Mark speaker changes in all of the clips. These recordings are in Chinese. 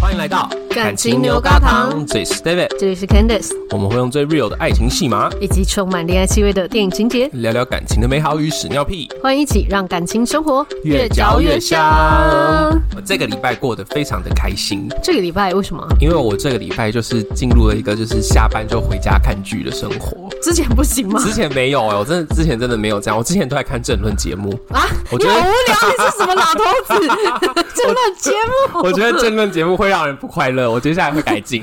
Speaker 1: 欢迎来到
Speaker 2: 感情牛轧糖
Speaker 1: 这里是 David，
Speaker 2: 这里是 Candice，
Speaker 1: 我们会用最 real 的爱情戏码
Speaker 2: 以及充满恋爱气味的电影情节，
Speaker 1: 聊聊感情的美好与屎尿屁，
Speaker 2: 欢迎一起让感情生活。
Speaker 1: 我这个礼拜过得非常的开心，
Speaker 2: 这个礼拜为什么？
Speaker 1: 因为我这个礼拜就是进入了一个就是下班就回家看剧的生活。
Speaker 2: 之前不行吗？
Speaker 1: 之前没有哎、我真的之前真的没有这样，我之前都在看政论节 目。
Speaker 2: 啊，
Speaker 1: 我
Speaker 2: 你
Speaker 1: 觉
Speaker 2: 好
Speaker 1: 得
Speaker 2: 无聊，你是什么老头 子？这段节目，
Speaker 1: 我觉得政论节目会让人不快乐，我接下来会改进。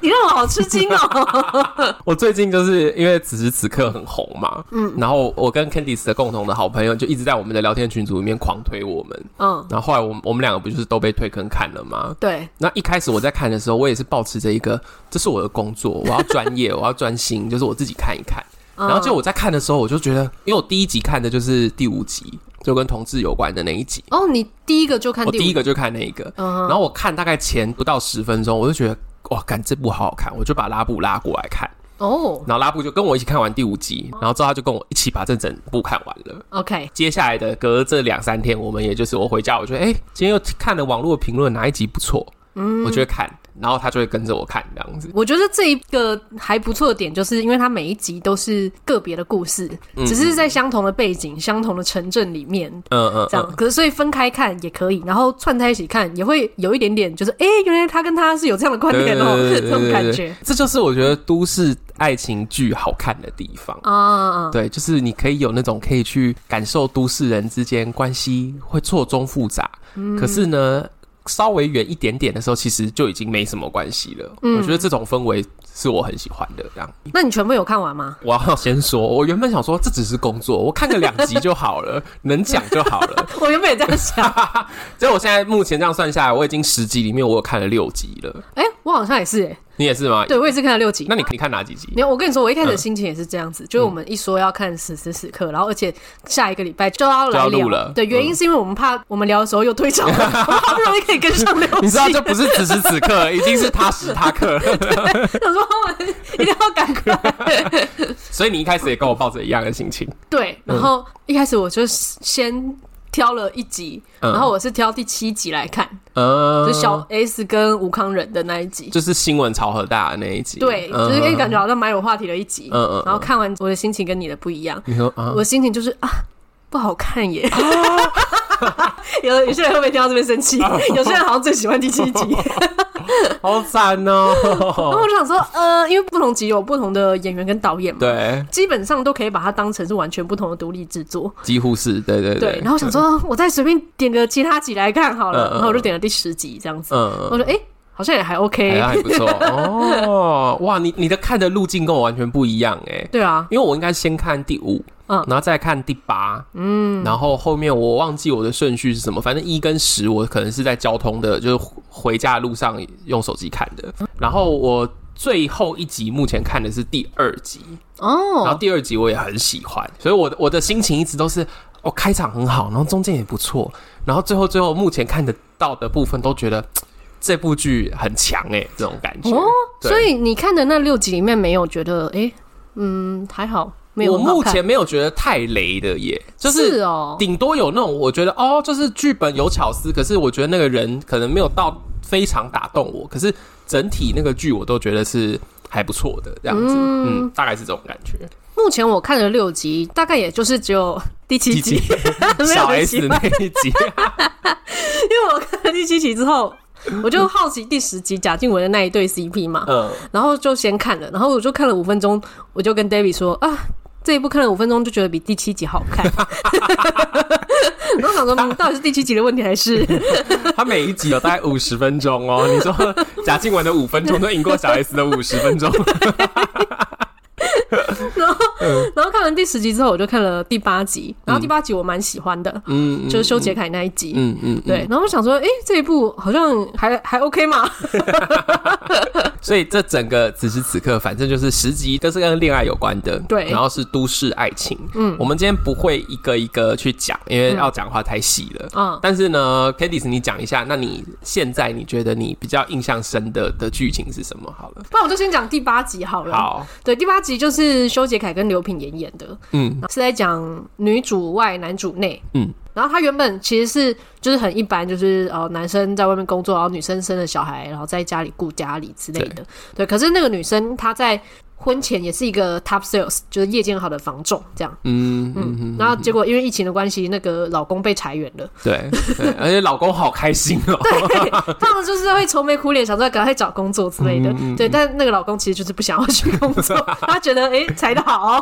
Speaker 2: 你让我好吃惊 哦。
Speaker 1: 我最近就是因为此时此刻很红嘛，嗯，然后我跟 Candice 的共同的好朋友就一直在我们的聊天群组里面狂推我们，
Speaker 2: 嗯，
Speaker 1: 然后后来我们我们两个不就是都被推坑看了吗？
Speaker 2: 对，
Speaker 1: 那一开始我在看的时候，我也是保持着一个，这是我的工作，我要专业，我要专心，就是我自己看一看。
Speaker 2: 嗯
Speaker 1: 然后就我在看的时候，我就觉得，因为我第一集看的就是第五集，就跟同志有关的那一集，
Speaker 2: 哦，你第一个就看
Speaker 1: 我
Speaker 2: 第五
Speaker 1: 第一，个就看那一个。
Speaker 2: 嗯
Speaker 1: 然
Speaker 2: 哼，
Speaker 1: 后我看大概前不到十分钟，我就觉得，哇，干这部好好看，我就把拉布拉过来看。
Speaker 2: 哦
Speaker 1: 然后拉布就跟我一起看完第五集，然后之后他就跟我一起把这整部看完了。
Speaker 2: ，OK，
Speaker 1: 接下来的隔这两三天，我们也就是我回家，我觉得哎、诶今天又看了网络评论哪一集不错，嗯，我就会看，然后他就会跟着我看这样子。
Speaker 2: 我觉得这一个还不错的点，就是因为它每一集都是个别的故事，只是在相同的背景、相同的城镇里面，
Speaker 1: 嗯嗯
Speaker 2: 这样
Speaker 1: 嗯，，
Speaker 2: 可是所以分开看也可以，然后串在一起看也会有一点点，就是哎、诶原来他跟他是有这样的观点哦，这种感觉
Speaker 1: 这就是我觉得都市爱情剧好看的地方。
Speaker 2: 啊，
Speaker 1: 对，就是你可以有那种可以去感受都市人之间关系会错综复杂，
Speaker 2: 嗯
Speaker 1: 可是呢，稍微远一点点的时候，其实就已经没什么关系了。
Speaker 2: 嗯
Speaker 1: 我觉得这种氛围是我很喜欢的。这样，
Speaker 2: 那你全部有看完吗？
Speaker 1: 我要先说，我原本想说这只是工作，我看个两集就好了，能讲就好了。
Speaker 2: 我原本也这样想，
Speaker 1: 所以我现在目前这样算下来，我已经十集里面我有看了六集了。
Speaker 2: 哎、我好像也是、诶
Speaker 1: 你也是吗？
Speaker 2: 对我也是看了六集。
Speaker 1: 那你你看哪几集？
Speaker 2: 没有，我跟你说，我一开始的心情也是这样子，就是我们一说要看此时此刻，然后而且下一个礼拜就要来
Speaker 1: 就要
Speaker 2: 聊
Speaker 1: 录了
Speaker 2: 对，原因是因为我们怕我们聊的时候又推长了，我们好不容易可以跟上六集，
Speaker 1: 你知道这不是此时此刻，已经是他时他刻了。
Speaker 2: 想说我们一定要赶快，
Speaker 1: 所以你一开始也跟我抱着一样的心情。
Speaker 2: 对，然后一开始我就先挑了一集，
Speaker 1: 嗯
Speaker 2: 然后我是挑第七集来看，
Speaker 1: 嗯，
Speaker 2: 就小 S 跟吴康仁的那一集。
Speaker 1: 就是新闻潮和大的那一集。
Speaker 2: 对，
Speaker 1: 嗯
Speaker 2: 就是哎，感觉好像蛮有话题的一集。
Speaker 1: 嗯嗯嗯
Speaker 2: 然后看完我的心情跟你的不一样，
Speaker 1: 你说啊
Speaker 2: 我，的心情就是啊，不好看耶。
Speaker 1: 啊
Speaker 2: 有有些人会不会听到这边生气？有些人好像最喜欢第七集。
Speaker 1: 好惨
Speaker 2: 然
Speaker 1: 哦。
Speaker 2: 后我就想说，呃，因为不同集有不同的演员跟导演嘛，
Speaker 1: 对，
Speaker 2: 基本上都可以把它当成是完全不同的独立制作。
Speaker 1: 几乎是，对对
Speaker 2: 对，然后想，说我再随便点个其他集来看好了，
Speaker 1: 嗯嗯
Speaker 2: 然后我就点了第十集这样子，
Speaker 1: 嗯，哎
Speaker 2: 我哎说哎、诶好像也还 OK，、
Speaker 1: 好像还不错哦。哇，你你的看的路径跟我完全不一样哎，
Speaker 2: 对啊，
Speaker 1: 因为我应该先看第五，
Speaker 2: 嗯
Speaker 1: 然后再看第八，嗯，然后后面我忘记我的顺序是什么，反正一跟十我可能是在交通的，就是回家的路上用手机看的，
Speaker 2: 嗯
Speaker 1: 然后我。最后一集目前看的是第二集，然后
Speaker 2: 哦，
Speaker 1: 第二集我也很喜欢，所以我的我的心情一直都是，哦，开场很好，然后中间也不错，然后最后最后目前看得到的部分都觉得嘖这部剧很强哎、这种感觉。
Speaker 2: 哦，
Speaker 1: 对
Speaker 2: 所以你看的那六集里面没有觉得哎、诶嗯，还好，没有
Speaker 1: 我
Speaker 2: 很好
Speaker 1: 目
Speaker 2: 看
Speaker 1: 前没有觉得太雷的耶，就是
Speaker 2: 哦，
Speaker 1: 顶多有那种我觉得哦，就是剧本有巧思，可是我觉得那个人可能没有到非常打动我，可是整体那个剧我都觉得是还不错的这样子，嗯
Speaker 2: 嗯
Speaker 1: 大概是这种感觉。
Speaker 2: 目前我看了六集，大概也就是只有第七集， 没
Speaker 1: 小
Speaker 2: 有第
Speaker 1: S
Speaker 2: 七集，
Speaker 1: 那一集，
Speaker 2: 因为我看了第七集之后。我就好奇第十集贾静雯的那一对 CP 嘛，
Speaker 1: 嗯，
Speaker 2: 然后就先看了，然后我就看了五分钟，我就跟 David 说啊，这一部看了五分钟就觉得比第七集好看， 然后想说嗯到底是第七集的问题还是
Speaker 1: 他每一集有大概五十分钟哦。你说贾静雯的五分钟都赢过小 S 的五十 分钟，
Speaker 2: 然后看完第十集之后，我就看了第八集，然后第八集我蛮喜欢的，
Speaker 1: 嗯
Speaker 2: 就是修杰楷那一集，
Speaker 1: 嗯嗯，
Speaker 2: 对，然后我想说，诶，这一部好像还还 OK 嘛，
Speaker 1: 所以这整个此时此刻，反正就是十集都是跟恋爱有关的，
Speaker 2: 对
Speaker 1: 然后是都市爱情，嗯，我们今天不会一个一个去讲，因为要讲的话太细了。
Speaker 2: 嗯，
Speaker 1: 但是呢 c a n d i c e 你讲一下，那你现在你觉得你比较印象深的的剧情是什么？好了，
Speaker 2: 不然我就先讲第八集好了。，
Speaker 1: 好，
Speaker 2: 对，第八集就是修杰楷跟刘品言演的，
Speaker 1: 嗯
Speaker 2: 是在讲女主外男主内，
Speaker 1: 嗯，
Speaker 2: 然后他原本其实是就是很一般，就是呃男生在外面工作，然后女生生了小孩，然后在家里顾家里之类的。对，可是那个女生她在婚前也是一个 top sales，就是业绩很好的房仲这样。
Speaker 1: 嗯嗯，
Speaker 2: 然后结果因为疫情的关系，那个老公被裁员了，
Speaker 1: 对，对而且老公好开心哦，
Speaker 2: 他们就是会愁眉苦脸，想说赶快找工作之
Speaker 1: 嗯
Speaker 2: 类的。对，但那个老公其实就是不想要去工作， 他觉得哎、裁的好。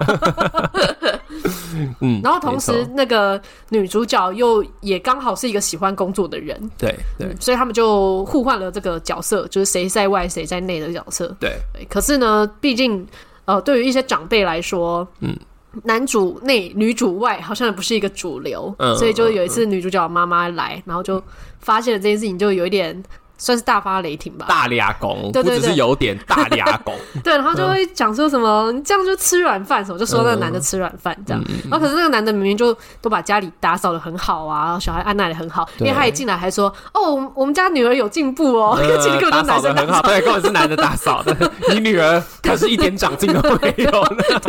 Speaker 1: 嗯，
Speaker 2: 然后同
Speaker 1: 没
Speaker 2: 时
Speaker 1: 错
Speaker 2: 那个女主角又也刚好是一个喜欢工作的人，
Speaker 1: 对对
Speaker 2: 所以他们就互换了这个角色，就是谁在外谁在内的角色。
Speaker 1: 对，
Speaker 2: 对，可是呢，毕竟呃，对于一些长辈来说，
Speaker 1: 嗯。
Speaker 2: 男主内女主外好像也不是一个主流，
Speaker 1: 嗯
Speaker 2: 所以就有一次女主角妈妈来，然后就发现了这件事情，就有一点算是大发雷霆吧。
Speaker 1: 大俩拱，
Speaker 2: 对
Speaker 1: 不
Speaker 2: 对
Speaker 1: 只
Speaker 2: 对
Speaker 1: 是有点大俩拱，
Speaker 2: 对，然后
Speaker 1: 嗯
Speaker 2: 就会讲说什么、你这样就吃软饭什么，就说那个男的吃软饭这样。
Speaker 1: 嗯
Speaker 2: 然后可是那个男的明明就都把家里打扫的很好啊，小孩按耐的很好，因
Speaker 1: 对
Speaker 2: 为他一进来还说哦，我们我们家女儿有进步 哦，
Speaker 1: 呃
Speaker 2: 其实根本就
Speaker 1: 打
Speaker 2: 是
Speaker 1: 扫的
Speaker 2: 男生打
Speaker 1: 很好，对，根本是男的打扫 的。你女儿可是一点长进都没有的。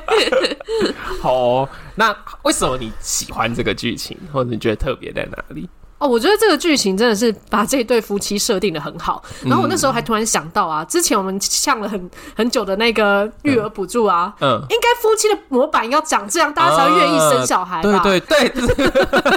Speaker 1: 好哦、那为什么你喜欢这个剧情，或者你觉得特别在哪里？
Speaker 2: 哦，我觉得这个剧情真的是把这一对夫妻设定的很好。
Speaker 1: 嗯
Speaker 2: 然后我那时候还突然想到啊，之前我们呛了很很久的那个育儿补助啊，
Speaker 1: 嗯，
Speaker 2: 应该夫妻的模板要长这样，大家才会愿意生小孩吧？
Speaker 1: 啊对对对，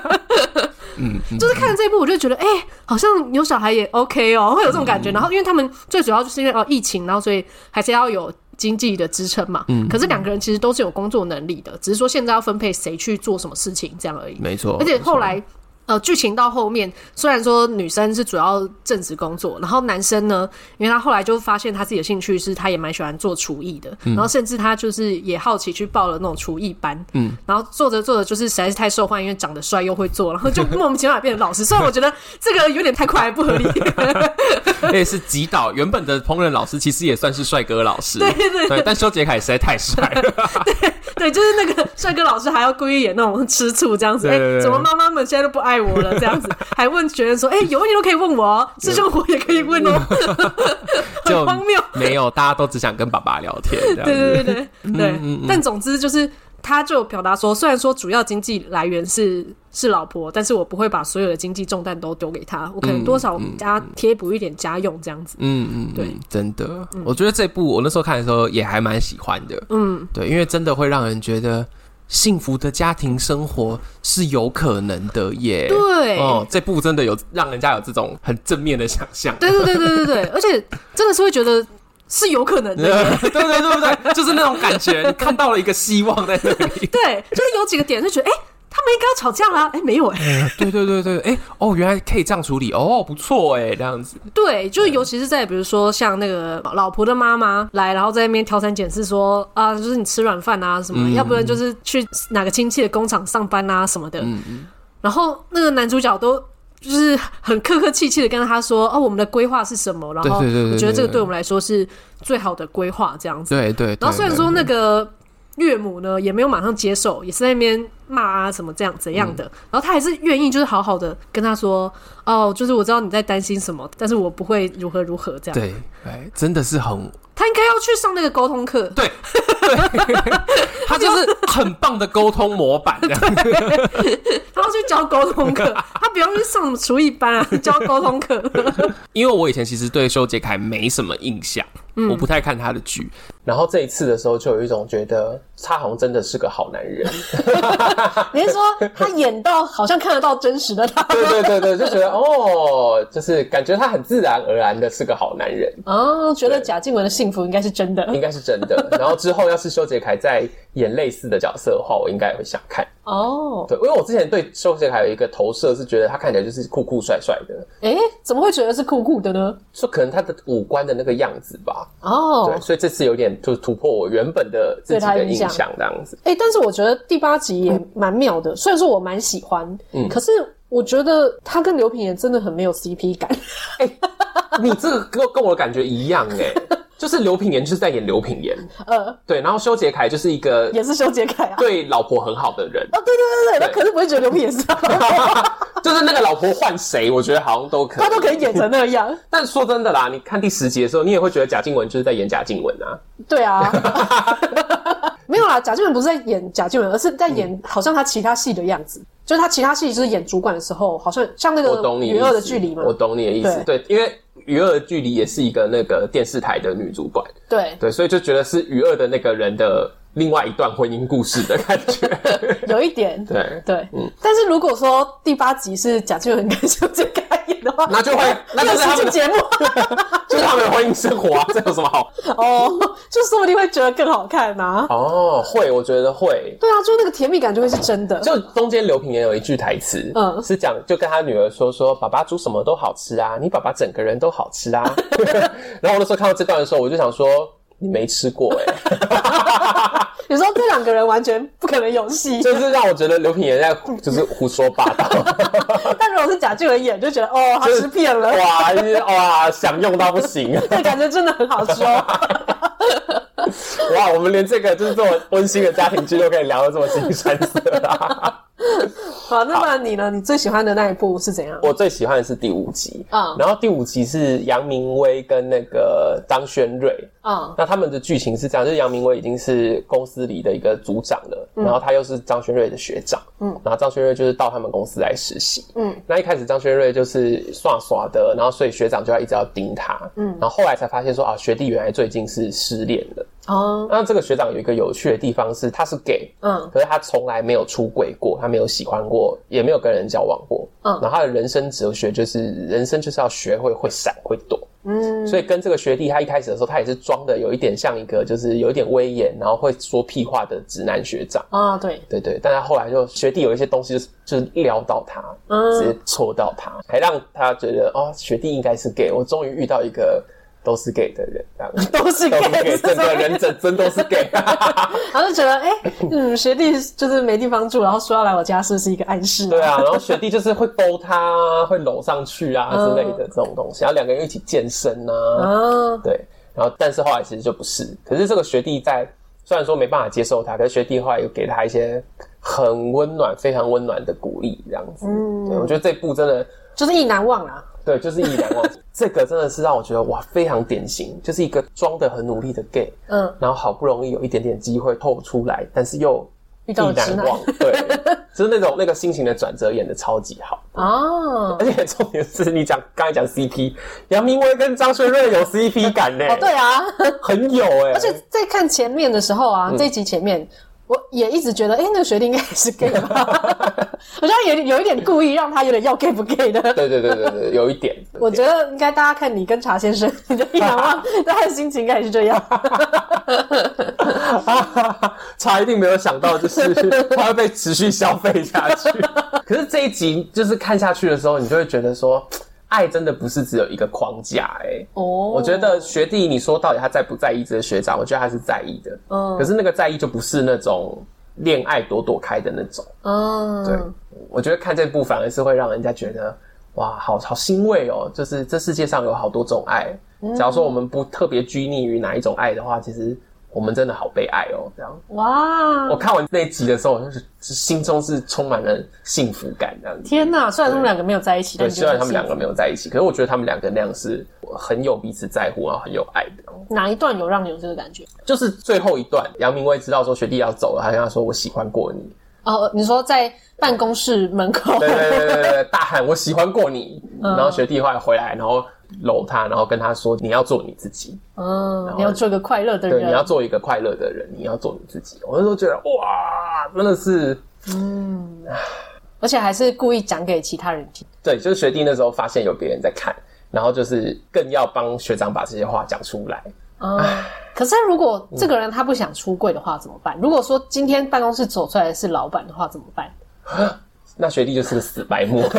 Speaker 1: 嗯，嗯
Speaker 2: 就是看了这一部，我就觉得，哎、好像有小孩也 OK 哦，会有这种感
Speaker 1: 嗯
Speaker 2: 觉。然后，因为他们最主要就是因为哦疫情，然后所以还是要有经济的支撑嘛。
Speaker 1: 嗯
Speaker 2: 可是两个人其实都是有工作能力的，只是说现在要分配谁去做什么事情这样而已。
Speaker 1: 没错。
Speaker 2: 而且后来。呃，剧情到后面，虽然说女生是主要正职工作，然后男生呢，因为他后来就发现他自己的兴趣是，他也蛮喜欢做厨艺的，
Speaker 1: 嗯
Speaker 2: 然后甚至他就是也好奇去报了那种厨艺班，嗯，然后做着做着就是实在是太受欢迎，因为长得帅又会做，然后就莫名其妙变成老师。虽然我觉得这个有点太快不合理，
Speaker 1: 没错，也是吉岛原本的烹饪老师，其实也算是帅哥老师，
Speaker 2: 对对对
Speaker 1: 对，但修杰楷实在太帅了，
Speaker 2: 对，就是那个帅哥老师还要故意演那种吃醋这样子，哎、
Speaker 1: 对对对
Speaker 2: 怎么妈妈们现在都不爱我了这样子，还问学生说，哎、有问题都可以问我哦，师兄我也可以问哦，
Speaker 1: 就
Speaker 2: 很荒谬。
Speaker 1: 没有，大家都只想跟爸爸聊天，这样子嗯
Speaker 2: 对对对 对对，但总之就是。他就有表达说，虽然说主要经济来源是是老婆，但是我不会把所有的经济重担都丢给他，我可能多少加贴补一点家用这样子。
Speaker 1: 嗯嗯，
Speaker 2: 对
Speaker 1: 嗯，真的，我觉得这部我那时候看的时候也还蛮喜欢的，嗯，对，因为真的会让人觉得幸福的家庭生活是有可能的耶。
Speaker 2: 对，
Speaker 1: 哦，这部真的有让人家有这种很正面的想象。
Speaker 2: 对对对对对对，而且真的是会觉得是有可能
Speaker 1: 对
Speaker 2: 的。
Speaker 1: 对对对对，就是那种感觉，你看到了一个希望在那里。
Speaker 2: 对，就是有几个点就觉得，哎、他们应该要吵架啦，哎、没有哎、
Speaker 1: 对对对对，哎、哦，原来可以这样处理，哦，不错哎，这样子。
Speaker 2: 对，就是尤其是在比如说像那个老婆的妈妈来，然后在那边挑三拣四说啊，就是你吃软饭啊什么的，
Speaker 1: 嗯
Speaker 2: 要不然就是去哪个亲戚的工厂上班啊什么的。
Speaker 1: 嗯
Speaker 2: 然后那个男主角都就是很客客气气的跟他说哦，我们的规划是什么，然后
Speaker 1: 对对对对
Speaker 2: 我觉得这个
Speaker 1: 对
Speaker 2: 对我们来说是最好的规划这样子。
Speaker 1: 对对对。
Speaker 2: 然后虽然
Speaker 1: 对
Speaker 2: 说
Speaker 1: 对
Speaker 2: 那个岳母呢也没有马上接受，也是在那边骂啊什么这样怎样
Speaker 1: 嗯
Speaker 2: 的，然后他还是愿意就是好好的跟他说，哦，就是我知道你在担心什么，但是我不会如何如何这样。
Speaker 1: 对对，真的是很
Speaker 2: 他应该要去上那个沟通课，
Speaker 1: 对，他就是很棒的沟通模板，这样
Speaker 2: 他要去教沟 通课，他不用去上什么厨艺班啊，教沟通课。
Speaker 1: 因为我以前其实对修杰楷没什么印象，我不太看他的剧。嗯然后这一次的时候，就有一种觉得他好像真的是个好男 人。
Speaker 2: 你是说他演到好像看得到真实的他？
Speaker 1: 对对对对，就觉得哦，就是感觉他很自然而然的是个好男人，
Speaker 2: 哦，觉
Speaker 1: 得
Speaker 2: 贾静雯的幸福应该是真的
Speaker 1: 应该是真的。然后之后要是修杰楷再演类似的角色的话，我应该也会想看。
Speaker 2: 哦。
Speaker 1: 对，因为我之前对修杰楷有一个投射，是觉得他看起来就是酷酷帅帅的，
Speaker 2: 诶，怎么会觉得是酷酷的呢？
Speaker 1: 就可能他的五官的那个样子吧。
Speaker 2: 哦
Speaker 1: 对，所以这次有点就突破我原本的自己
Speaker 2: 对他
Speaker 1: 的
Speaker 2: 的
Speaker 1: 印
Speaker 2: 印象
Speaker 1: 象这样子。
Speaker 2: 哎、但是我觉得第八集也蛮妙的，虽然说我蛮喜欢，
Speaker 1: 嗯
Speaker 2: 可是我觉得他跟刘品言真的很没有 CP 感。
Speaker 1: 你这个跟跟我的感觉一样哎、就是刘品言就是在演刘品言，
Speaker 2: 呃，
Speaker 1: 对，然后修杰楷就是一个
Speaker 2: 也是修杰楷啊。
Speaker 1: 对老婆很好的人，
Speaker 2: 哦，对对对对，那可是不会觉得刘品言是他，
Speaker 1: 就是那个老婆换谁，我觉得好像都可
Speaker 2: 他都
Speaker 1: 以。
Speaker 2: 可以演成那样。
Speaker 1: 但说真的啦，你 看第十集的时候，你也会觉得贾静雯就是在演贾静雯啊，
Speaker 2: 对啊，没有，有啦，贾静雯不是在演贾静雯，而是在
Speaker 1: 嗯
Speaker 2: 演好像她其他戏的样子。就是她其他戏就是演主管的时候，好像像那
Speaker 1: 我
Speaker 2: 个
Speaker 1: 懂你
Speaker 2: 《鱼
Speaker 1: 意
Speaker 2: 二
Speaker 1: 思
Speaker 2: 的距离》嘛
Speaker 1: 我。懂你的意思，对，因为余二的距离也是一个那个电视台的女主管，
Speaker 2: 对，
Speaker 1: 对，所以就觉得是余二的那个人的另外一段婚姻故事的感 觉，
Speaker 2: 有一点。
Speaker 1: 对， 嗯
Speaker 2: 对，但是如果说第八集是贾静雯跟修杰楷演的话，
Speaker 1: 那就 会那就是他
Speaker 2: 实
Speaker 1: 们
Speaker 2: 境
Speaker 1: 的
Speaker 2: 节目
Speaker 1: 就是他们的婚姻生活啊，这有什么好？
Speaker 2: 哦，就说不定会觉得更好看呐、
Speaker 1: 哦，会，我觉得会。
Speaker 2: 对啊，就那个甜蜜感就会是真的。
Speaker 1: 就中间刘品言有一句台词，
Speaker 2: 嗯
Speaker 1: 是讲就跟他女儿说说，爸爸煮什么都好吃啊，你爸爸整个人都好吃啊。 然后我那时候看到这段的时候，我就想说，你没吃过哎、
Speaker 2: 你说这两个人完全不可能有 戏，
Speaker 1: 就是让我觉得刘品言在就是胡说八道，
Speaker 2: 但如果是贾静雯演，就觉得哦，他
Speaker 1: 就是
Speaker 2: 吃遍了，
Speaker 1: 哇就是哇，享用到不 行，
Speaker 2: 那感觉真的很好吃哦。
Speaker 1: 哇，我们连这个就是这么温馨的家庭剧都可以聊得这么心酸涩 啊。
Speaker 2: 好，那么你呢？你最喜欢的那一部是怎样？
Speaker 1: 我最喜欢的是第五集，
Speaker 2: 嗯
Speaker 1: 然后第五集是杨明威跟那个张轩瑞，
Speaker 2: 嗯
Speaker 1: 那他们的剧情是这样，就是杨明威已经是公司里的一个组长了，然后他又是张轩瑞的学长，嗯，然后张轩瑞就是到他们公司来实习，
Speaker 2: 嗯
Speaker 1: 嗯，那一开始张轩瑞就是耍耍的，然后所以学长就要一直要盯他，嗯，然后后来才发现说啊，学弟原来最近是失恋了。
Speaker 2: 哦
Speaker 1: 那这个学长有一个有趣的地方是，他是 gay，
Speaker 2: 嗯
Speaker 1: 可是他从来没有出轨过，他没有喜欢过，也没有跟人交往过，
Speaker 2: 嗯
Speaker 1: 然后他的人生哲学就是人生就是要学会会闪会躲，
Speaker 2: 嗯
Speaker 1: 所以跟这个学弟他一开始的时候，他也是装的有一点像一个就是有一点威严，然后会说屁话的直男学长。
Speaker 2: 啊对
Speaker 1: 对对，但他后来就学弟有一些东西就是就是撩到他，
Speaker 2: 嗯
Speaker 1: 直接戳到他，还让他觉得哦，学弟应该是 gay，我终于遇到一个都是 gay 的人，这样子
Speaker 2: 都是
Speaker 1: 都是
Speaker 2: gay，
Speaker 1: gay，整个人整真都是 gay。
Speaker 2: 然后就觉得哎、嗯，学弟就是没地方住，然后说要来我家，是不是一个暗示？
Speaker 1: 对啊，然后学弟就是会勾他啊，会搂上去啊
Speaker 2: 嗯
Speaker 1: 之类的这种东西，然后两个人一起健身啊，
Speaker 2: 啊，
Speaker 1: 对，然后但是后来其实就不是，可是这个学弟在虽然说没办法接受他，可是学弟后来又给他一些很温暖、非常温暖的鼓励，这样子。
Speaker 2: 嗯
Speaker 1: 对我觉得这部真的
Speaker 2: 就是意难忘啦。
Speaker 1: 对，就是意难忘。这个真的是让我觉得哇，非常典型，就是一个装的很努力的 gay，
Speaker 2: 嗯，
Speaker 1: 然后好不容易有一点点机会透出来，但是又
Speaker 2: 遇
Speaker 1: 意
Speaker 2: 到了直
Speaker 1: 难
Speaker 2: 男
Speaker 1: 忘。对，就是那种那个心情的转折演的超级好。
Speaker 2: 哦。
Speaker 1: 而且重点是你讲刚才讲 CP，杨明威跟张学瑞有 CP 感呢、
Speaker 2: 哦，对啊，
Speaker 1: 很有哎、
Speaker 2: 而且在看前面的时候啊，
Speaker 1: 嗯
Speaker 2: 这一集前面，我也一直觉得，哎、那个学弟应该也是 gay 吧？ 我觉得有有一点故意让他有点要 gay 不 gay 的。
Speaker 1: 对对对对对，有一点。
Speaker 2: 我觉得应该大家看你跟茶先生， 你的一 难忘，大家的心情应该也是这样。
Speaker 1: 得茶一定没有想到， 就是他会被持续消费下去。可是这一集就是看下去的时候，你就会觉得说，爱真的不是只有一个框架哎、
Speaker 2: 哦，
Speaker 1: 我觉得学弟，你说到底他在不在意这个学长？我觉得他是在意的，
Speaker 2: 嗯
Speaker 1: 可是那个在意就不是那种恋爱躲躲开的那种。
Speaker 2: 嗯，
Speaker 1: 对，我觉得看这部反而是会让人家觉得哇，好好欣慰哦，就是这世界上有好多种爱。
Speaker 2: 嗯
Speaker 1: 假如说我们不特别拘泥于哪一种爱的话，其实我们真的好被爱哦。这样，
Speaker 2: 哇
Speaker 1: 我，看完那一集的时候，我就是心中是充满了幸福感这样子。
Speaker 2: 天哪！虽然他们两个没有在一起，
Speaker 1: 对，
Speaker 2: 但
Speaker 1: 虽然他们两
Speaker 2: 个
Speaker 1: 个没有在一起，可是我觉得他们两个那样是很有彼此在乎，然后很有爱的。哦
Speaker 2: 哪一段有让你有这个感觉？
Speaker 1: 就是最后一段，杨明威知道说学弟要走了，他跟他说：“我喜欢过你。”
Speaker 2: 哦，你说在办公室门口，
Speaker 1: 对对对对对对，大喊我喜欢过你。
Speaker 2: 嗯
Speaker 1: 然后学弟后来回来，然后搂他，然后跟他说你要做你自己，
Speaker 2: 嗯，你要做一个快乐的
Speaker 1: 对，
Speaker 2: 人，
Speaker 1: 你要做一个快乐的人，你要做你自己。我那时候觉得哇，真的是
Speaker 2: 而且还是故意讲给其他人听。
Speaker 1: 对，就是学弟那时候发现有别人在看，然后就是更要帮学长把这些话讲出来。
Speaker 2: 哦，可是如果这个人他不想出柜的话怎么办？如果说今天办公室走出来的是老板的话怎么办？
Speaker 1: 那学弟就是个死白目。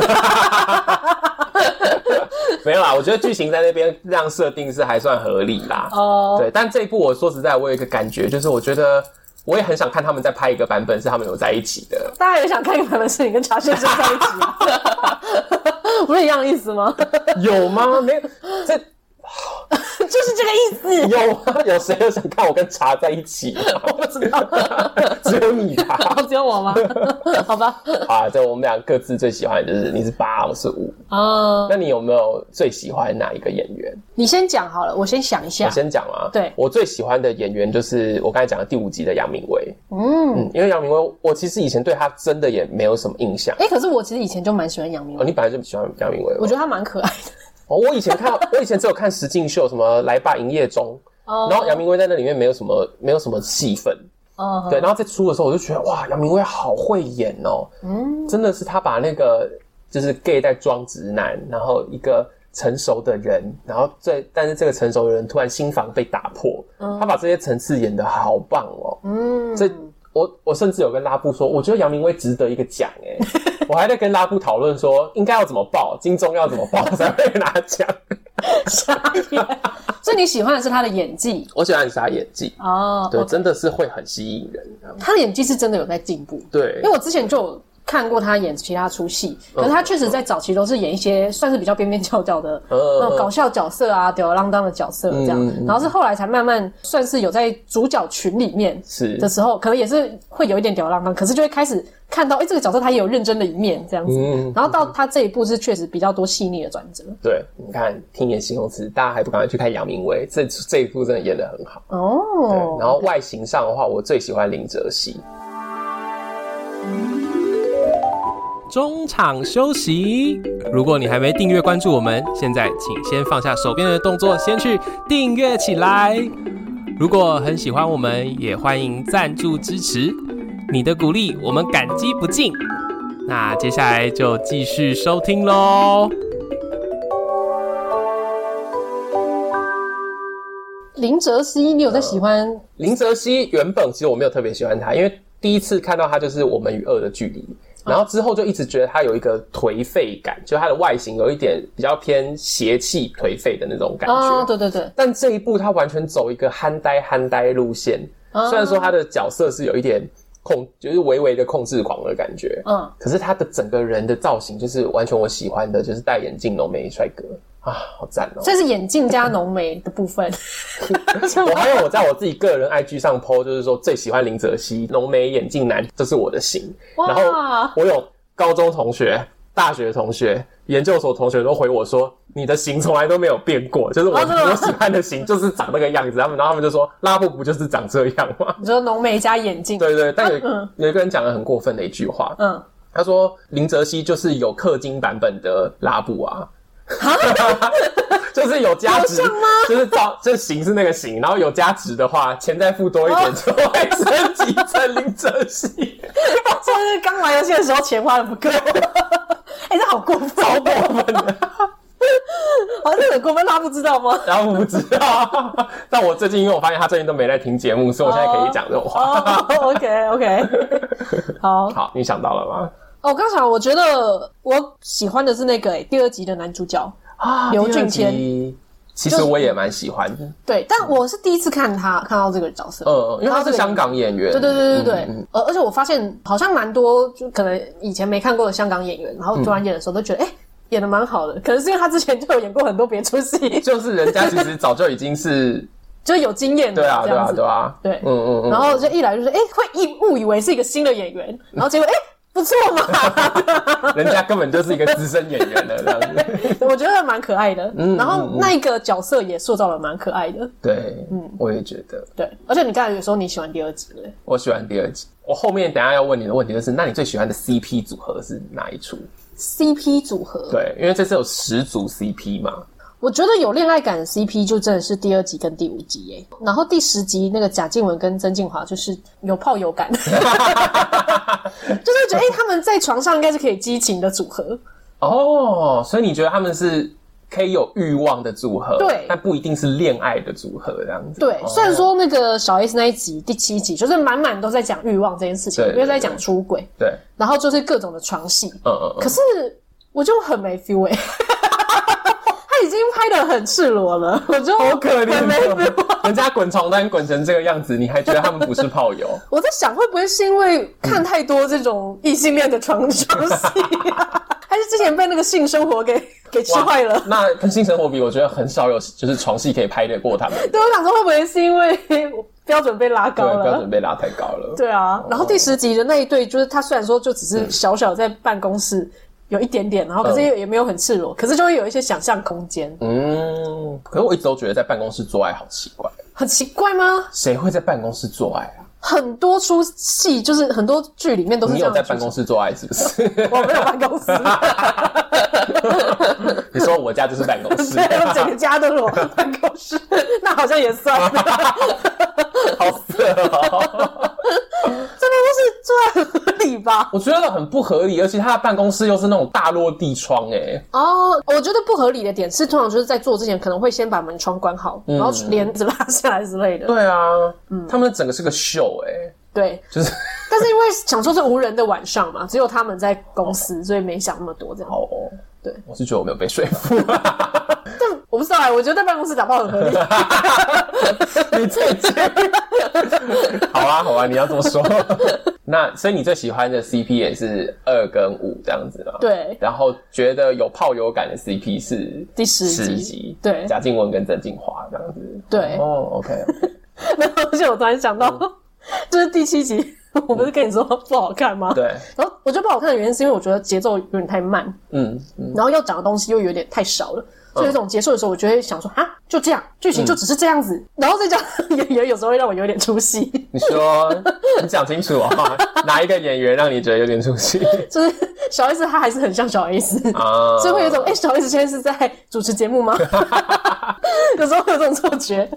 Speaker 1: 没有啦，我觉得剧情在那边这样设定是还算合理啦。
Speaker 2: 哦，
Speaker 1: 对，但这一部我说实在，我有一个感觉，就是我觉得我也很想看他们再拍一个版本是他们有在一起的。
Speaker 2: 大家有想看你们的是你跟茶先生在一起 吗？不是一样的意思吗？
Speaker 1: 有吗？没有，这
Speaker 2: 就就是这个意思。
Speaker 1: 有啊，有谁有想看我跟茶在一起？
Speaker 2: 我不知道，
Speaker 1: 只有你吧？
Speaker 2: 哦只有 我吗？好吧，
Speaker 1: 啊，就我们俩各自最喜欢的就是你是八，我是五。
Speaker 2: 哦，
Speaker 1: 那你有没有最喜欢哪一个演员？
Speaker 2: 你先讲好了，我先想一下
Speaker 1: 我。先讲啊，
Speaker 2: 对
Speaker 1: 我最喜欢的演员就是我刚才讲的第五集的杨明威。
Speaker 2: 嗯，
Speaker 1: 嗯，因为杨明威，我其实以前对他真的也没有什么印象。
Speaker 2: 哎，可是我其实以前就蛮喜欢杨明
Speaker 1: 哦，
Speaker 2: 威，
Speaker 1: 你本来就喜欢杨明威吗？
Speaker 2: 我觉得他蛮可爱的。
Speaker 1: 哦，我以前看， 我以前只有看石敬秀什么《来吧营业中》，
Speaker 2: 哦
Speaker 1: 然后杨明威在那里面没有什么没有什么戏份，
Speaker 2: 哦，
Speaker 1: 对，然后在出的时候我就觉得哇，杨明威好会演哦，嗯，真的是他把那个就是 gay 在装直男，然后一个成熟的人，然后最但是这个成熟的人突然心房被打破，他把这些层次演得好棒哦，
Speaker 2: 嗯，
Speaker 1: 这我我甚至有跟拉布说，我觉得杨明威值得一个奖 哎、我还在跟拉布讨论说应该要怎么报，金钟要怎么报才会拿奖。
Speaker 2: 傻眼。 所以你喜欢的是他的演技
Speaker 1: 我喜欢他演技，
Speaker 2: 哦？
Speaker 1: 对，
Speaker 2: 哦
Speaker 1: 真的是会很吸引人这样。
Speaker 2: 他的演技是真的有在进步。
Speaker 1: 对
Speaker 2: 因为，我之前就有看过他演其他出戏，可是他确实在早期都是演一些算是比较边边角角的
Speaker 1: 嗯
Speaker 2: 那种搞笑角色啊、吊儿郎当的角色这样
Speaker 1: 嗯嗯，嗯
Speaker 2: 然后是后来才慢慢算是有在主角群里面
Speaker 1: 是
Speaker 2: 的时候，可能也是会有一点吊儿郎当，可是就会开始看到，哎，这个角色他也有认真的一面这样子，
Speaker 1: 嗯
Speaker 2: 然后到他这一步是确实比较多细腻的转折
Speaker 1: 对，你看听演形容词，大家还不赶快去看杨明威，这这一部真的演得很好。对，
Speaker 2: 哦。
Speaker 1: 然后外形上的话，我最喜欢林哲熙。
Speaker 3: 中场休息。如果你还没订阅关注我们，现在请先放下手边的动作，先去订阅起来。如果很喜欢我们，也欢迎赞助支持，你的鼓励我们感激不尽。那接下来就继续收听喽。
Speaker 2: 林哲熙，你有在喜欢？
Speaker 1: 林哲熙原本其实我没有特别喜欢他，因为第一次看到他就是《我们与恶的距离》，然后之后就一直觉得他有一个颓废感，就他的外形有一点比较偏邪气颓废的那种呃感觉。
Speaker 2: 啊，对对对，
Speaker 1: 但这一部他完全走一个憨呆憨呆路线，
Speaker 2: 啊
Speaker 1: 虽然说他的角色是有一点控，就是微微的控制狂的感觉，
Speaker 2: 嗯，
Speaker 1: 可是他的整个人的造型就是完全我喜欢的，就是戴眼镜浓眉帅哥啊，好赞哦、
Speaker 2: 这是眼镜加浓眉的部分。
Speaker 1: 我还有我在我自己个人 IG 上 PO，就是说最喜欢林哲熙浓眉眼镜男，这是我的型。
Speaker 2: 哇
Speaker 1: 然后我有高中同学、大学同学、研究所同学都回我说，你的型从来都没有变过，就是我、
Speaker 2: 哦真的吗
Speaker 1: 我喜欢的型就是长那个样子。他们然后他们就说拉布不就是长这样吗？
Speaker 2: 你说浓眉加眼镜，
Speaker 1: 对对，但有、
Speaker 2: 嗯
Speaker 1: 有一个人讲了很过分的一句话，
Speaker 2: 嗯，
Speaker 1: 他说林哲熙就是有氪金版本的拉布啊。 就是有加值，就是照这型是那个型，然后有加值的话，钱再付多一
Speaker 2: 哦
Speaker 1: 点就会升级成林哲熙，
Speaker 2: 就是刚玩游戏的时候钱花的不够。 哎、 这好过分！啊
Speaker 1: 超过 分的。
Speaker 2: 好像很过分，他不知道吗？
Speaker 1: 然后我不知道， 但我最近因为我发现他最近都没在听节目，所以我现在可以讲这种话。
Speaker 2: 哦、o k OK，好。
Speaker 1: 好，你想到了吗？
Speaker 2: 哦，我刚才我觉得我喜欢的是那个、哎第二集的男主角，
Speaker 1: 啊
Speaker 2: 刘俊谦
Speaker 1: 其实我也蛮喜欢的，
Speaker 2: 对，但我是第一次看他看到这个角色。
Speaker 1: 嗯，因为他是香港演员，
Speaker 2: 对对对对对，
Speaker 1: 嗯
Speaker 2: 呃、而且我发现好像蛮多，就可能以前没看过的香港演员，然后突然演的时候都觉
Speaker 1: 嗯
Speaker 2: 得，哎、演的蛮好的。可能是因为他之前就有演过很多别出戏，
Speaker 1: 就是人家其实早就已经是，
Speaker 2: 就是有经验的
Speaker 1: 对啊，
Speaker 2: 这
Speaker 1: 对
Speaker 2: 样
Speaker 1: 啊，
Speaker 2: 子。
Speaker 1: 对啊，
Speaker 2: 对
Speaker 1: 嗯嗯嗯，
Speaker 2: 然后就一来就是哎、诶会以误以为是一个新的演员，然后结果哎、诶不错 嘛，
Speaker 1: 人家根本就是一个资深演员了，这样子。
Speaker 2: 我觉得蛮可爱的。
Speaker 1: 嗯
Speaker 2: 然后那个角色也塑造的蛮可爱的，
Speaker 1: 对，
Speaker 2: 嗯
Speaker 1: 我也觉得，
Speaker 2: 对。而且你刚才有说你喜欢第二集对？
Speaker 1: 我喜欢第二集。我后面等一下要问你的问题就是，那你最喜欢的 CP 组合是哪一出？
Speaker 2: CP 组合，
Speaker 1: 对，因为这次有十组 CP 嘛，
Speaker 2: 我觉得有恋爱感的 CP 就真的是第二集跟第五集耶，然后第十集那个贾静雯跟曾静华就是有炮有 感，就是觉得哎、诶他们在床上应该是可以激情的组合，
Speaker 1: 哦，所以你觉得他们是可以有欲望的组合，
Speaker 2: 对
Speaker 1: 但不一定是恋爱的组合这样子。
Speaker 2: 对，
Speaker 1: 哦
Speaker 2: 虽然说那个小 S 那一集第七集就是满满都在讲欲望这件事情，
Speaker 1: 对对
Speaker 2: 因为在讲出轨，
Speaker 1: 对，
Speaker 2: 然后就是各种的床戏，
Speaker 1: 嗯嗯
Speaker 2: 可
Speaker 1: 嗯，
Speaker 2: 是我就很没 feel 哎、 他已经拍的很赤裸了，我就
Speaker 1: 好可
Speaker 2: 很没 feel。
Speaker 1: 怜哦，人家滚床单滚成这个样子，你还觉得他们不是炮 友？
Speaker 2: 我 在想，会不会是因为看太多这种异性恋的床床戏、啊，还是之前被那个性生活给给吃坏了？
Speaker 1: 那跟性生活比，我觉得很少有就是床戏可以拍得过他们。
Speaker 2: 对，我想说会不会是因为标准被拉高
Speaker 1: 对，标
Speaker 2: 了？
Speaker 1: 准被哦拉太高了。
Speaker 2: 对啊，然后第十集的那一对，就是他虽然说就只是小小在办公室有一点点，然后可是也也没有很赤裸，可是就会有一些想象空间，
Speaker 1: 嗯，可是我一直都觉得在办公室做爱好奇怪，
Speaker 2: 很奇怪吗？
Speaker 1: 谁会在办公室做爱啊？
Speaker 2: 很多出戏就是很多剧里面都是
Speaker 1: 你
Speaker 2: 这
Speaker 1: 有
Speaker 2: 样
Speaker 1: 在
Speaker 2: 的
Speaker 1: 办公
Speaker 2: 室，
Speaker 1: 室做爱是不 是？
Speaker 2: 我没有办公室，
Speaker 1: 你 说我家就是办公室，
Speaker 2: 对，我整个家都是我办公室，那好像也算。
Speaker 1: 好色哦！
Speaker 2: 这边就是做得很合理吧？
Speaker 1: 我觉得很不合理，而且他的办公室又是那种大落地窗、哎，
Speaker 2: 哦，我觉得不合理的点是，通常就是在做之前可能会先把门窗关好，
Speaker 1: 嗯
Speaker 2: 然后帘子拉下来之类的。
Speaker 1: 对啊，
Speaker 2: 嗯
Speaker 1: 他们整个是个秀、哎，
Speaker 2: 对，
Speaker 1: 就是
Speaker 2: 但是因为想说是无人的晚上嘛，只有他们在公司，所以没想那么多这样。
Speaker 1: 哦，
Speaker 2: 对，
Speaker 1: 我是觉得我没有被说服，啊
Speaker 2: 但我不知道哎、我觉得在办公室打炮很合理。
Speaker 1: 你自己。好啊，好啊，你要这么说。 那所以你最喜欢的 CP 也是二跟五这样子吗？。
Speaker 2: 对，
Speaker 1: 然后觉得有炮友感的 CP 是
Speaker 2: 第十集
Speaker 1: 十集，
Speaker 2: 对
Speaker 1: 贾静雯跟郑敬华这样子。
Speaker 2: 对
Speaker 1: 哦，OK，
Speaker 2: 然后 而且我突然想到，
Speaker 1: 嗯
Speaker 2: 就是第七集， 我不是跟你说不好看吗？。
Speaker 1: 对，
Speaker 2: 然后我觉得不好看的原因是因为我觉得节奏有点太慢，
Speaker 1: 嗯，嗯
Speaker 2: 然后要讲的东西又有点太少了，所以有一种结束的时候，我就会想说啊，就这样，剧情
Speaker 1: 嗯
Speaker 2: 就只是这样子，然后再加上 演员有时候会让我有点出戏，
Speaker 1: 你 说你讲清楚啊，哪一个演员让你觉得有点出 戏
Speaker 2: 就是小 S 她还是很像小 S，、
Speaker 1: 啊？
Speaker 2: 所以会有一种哎、小 S 现在是在主持节目 吗？有时候会有这种错觉，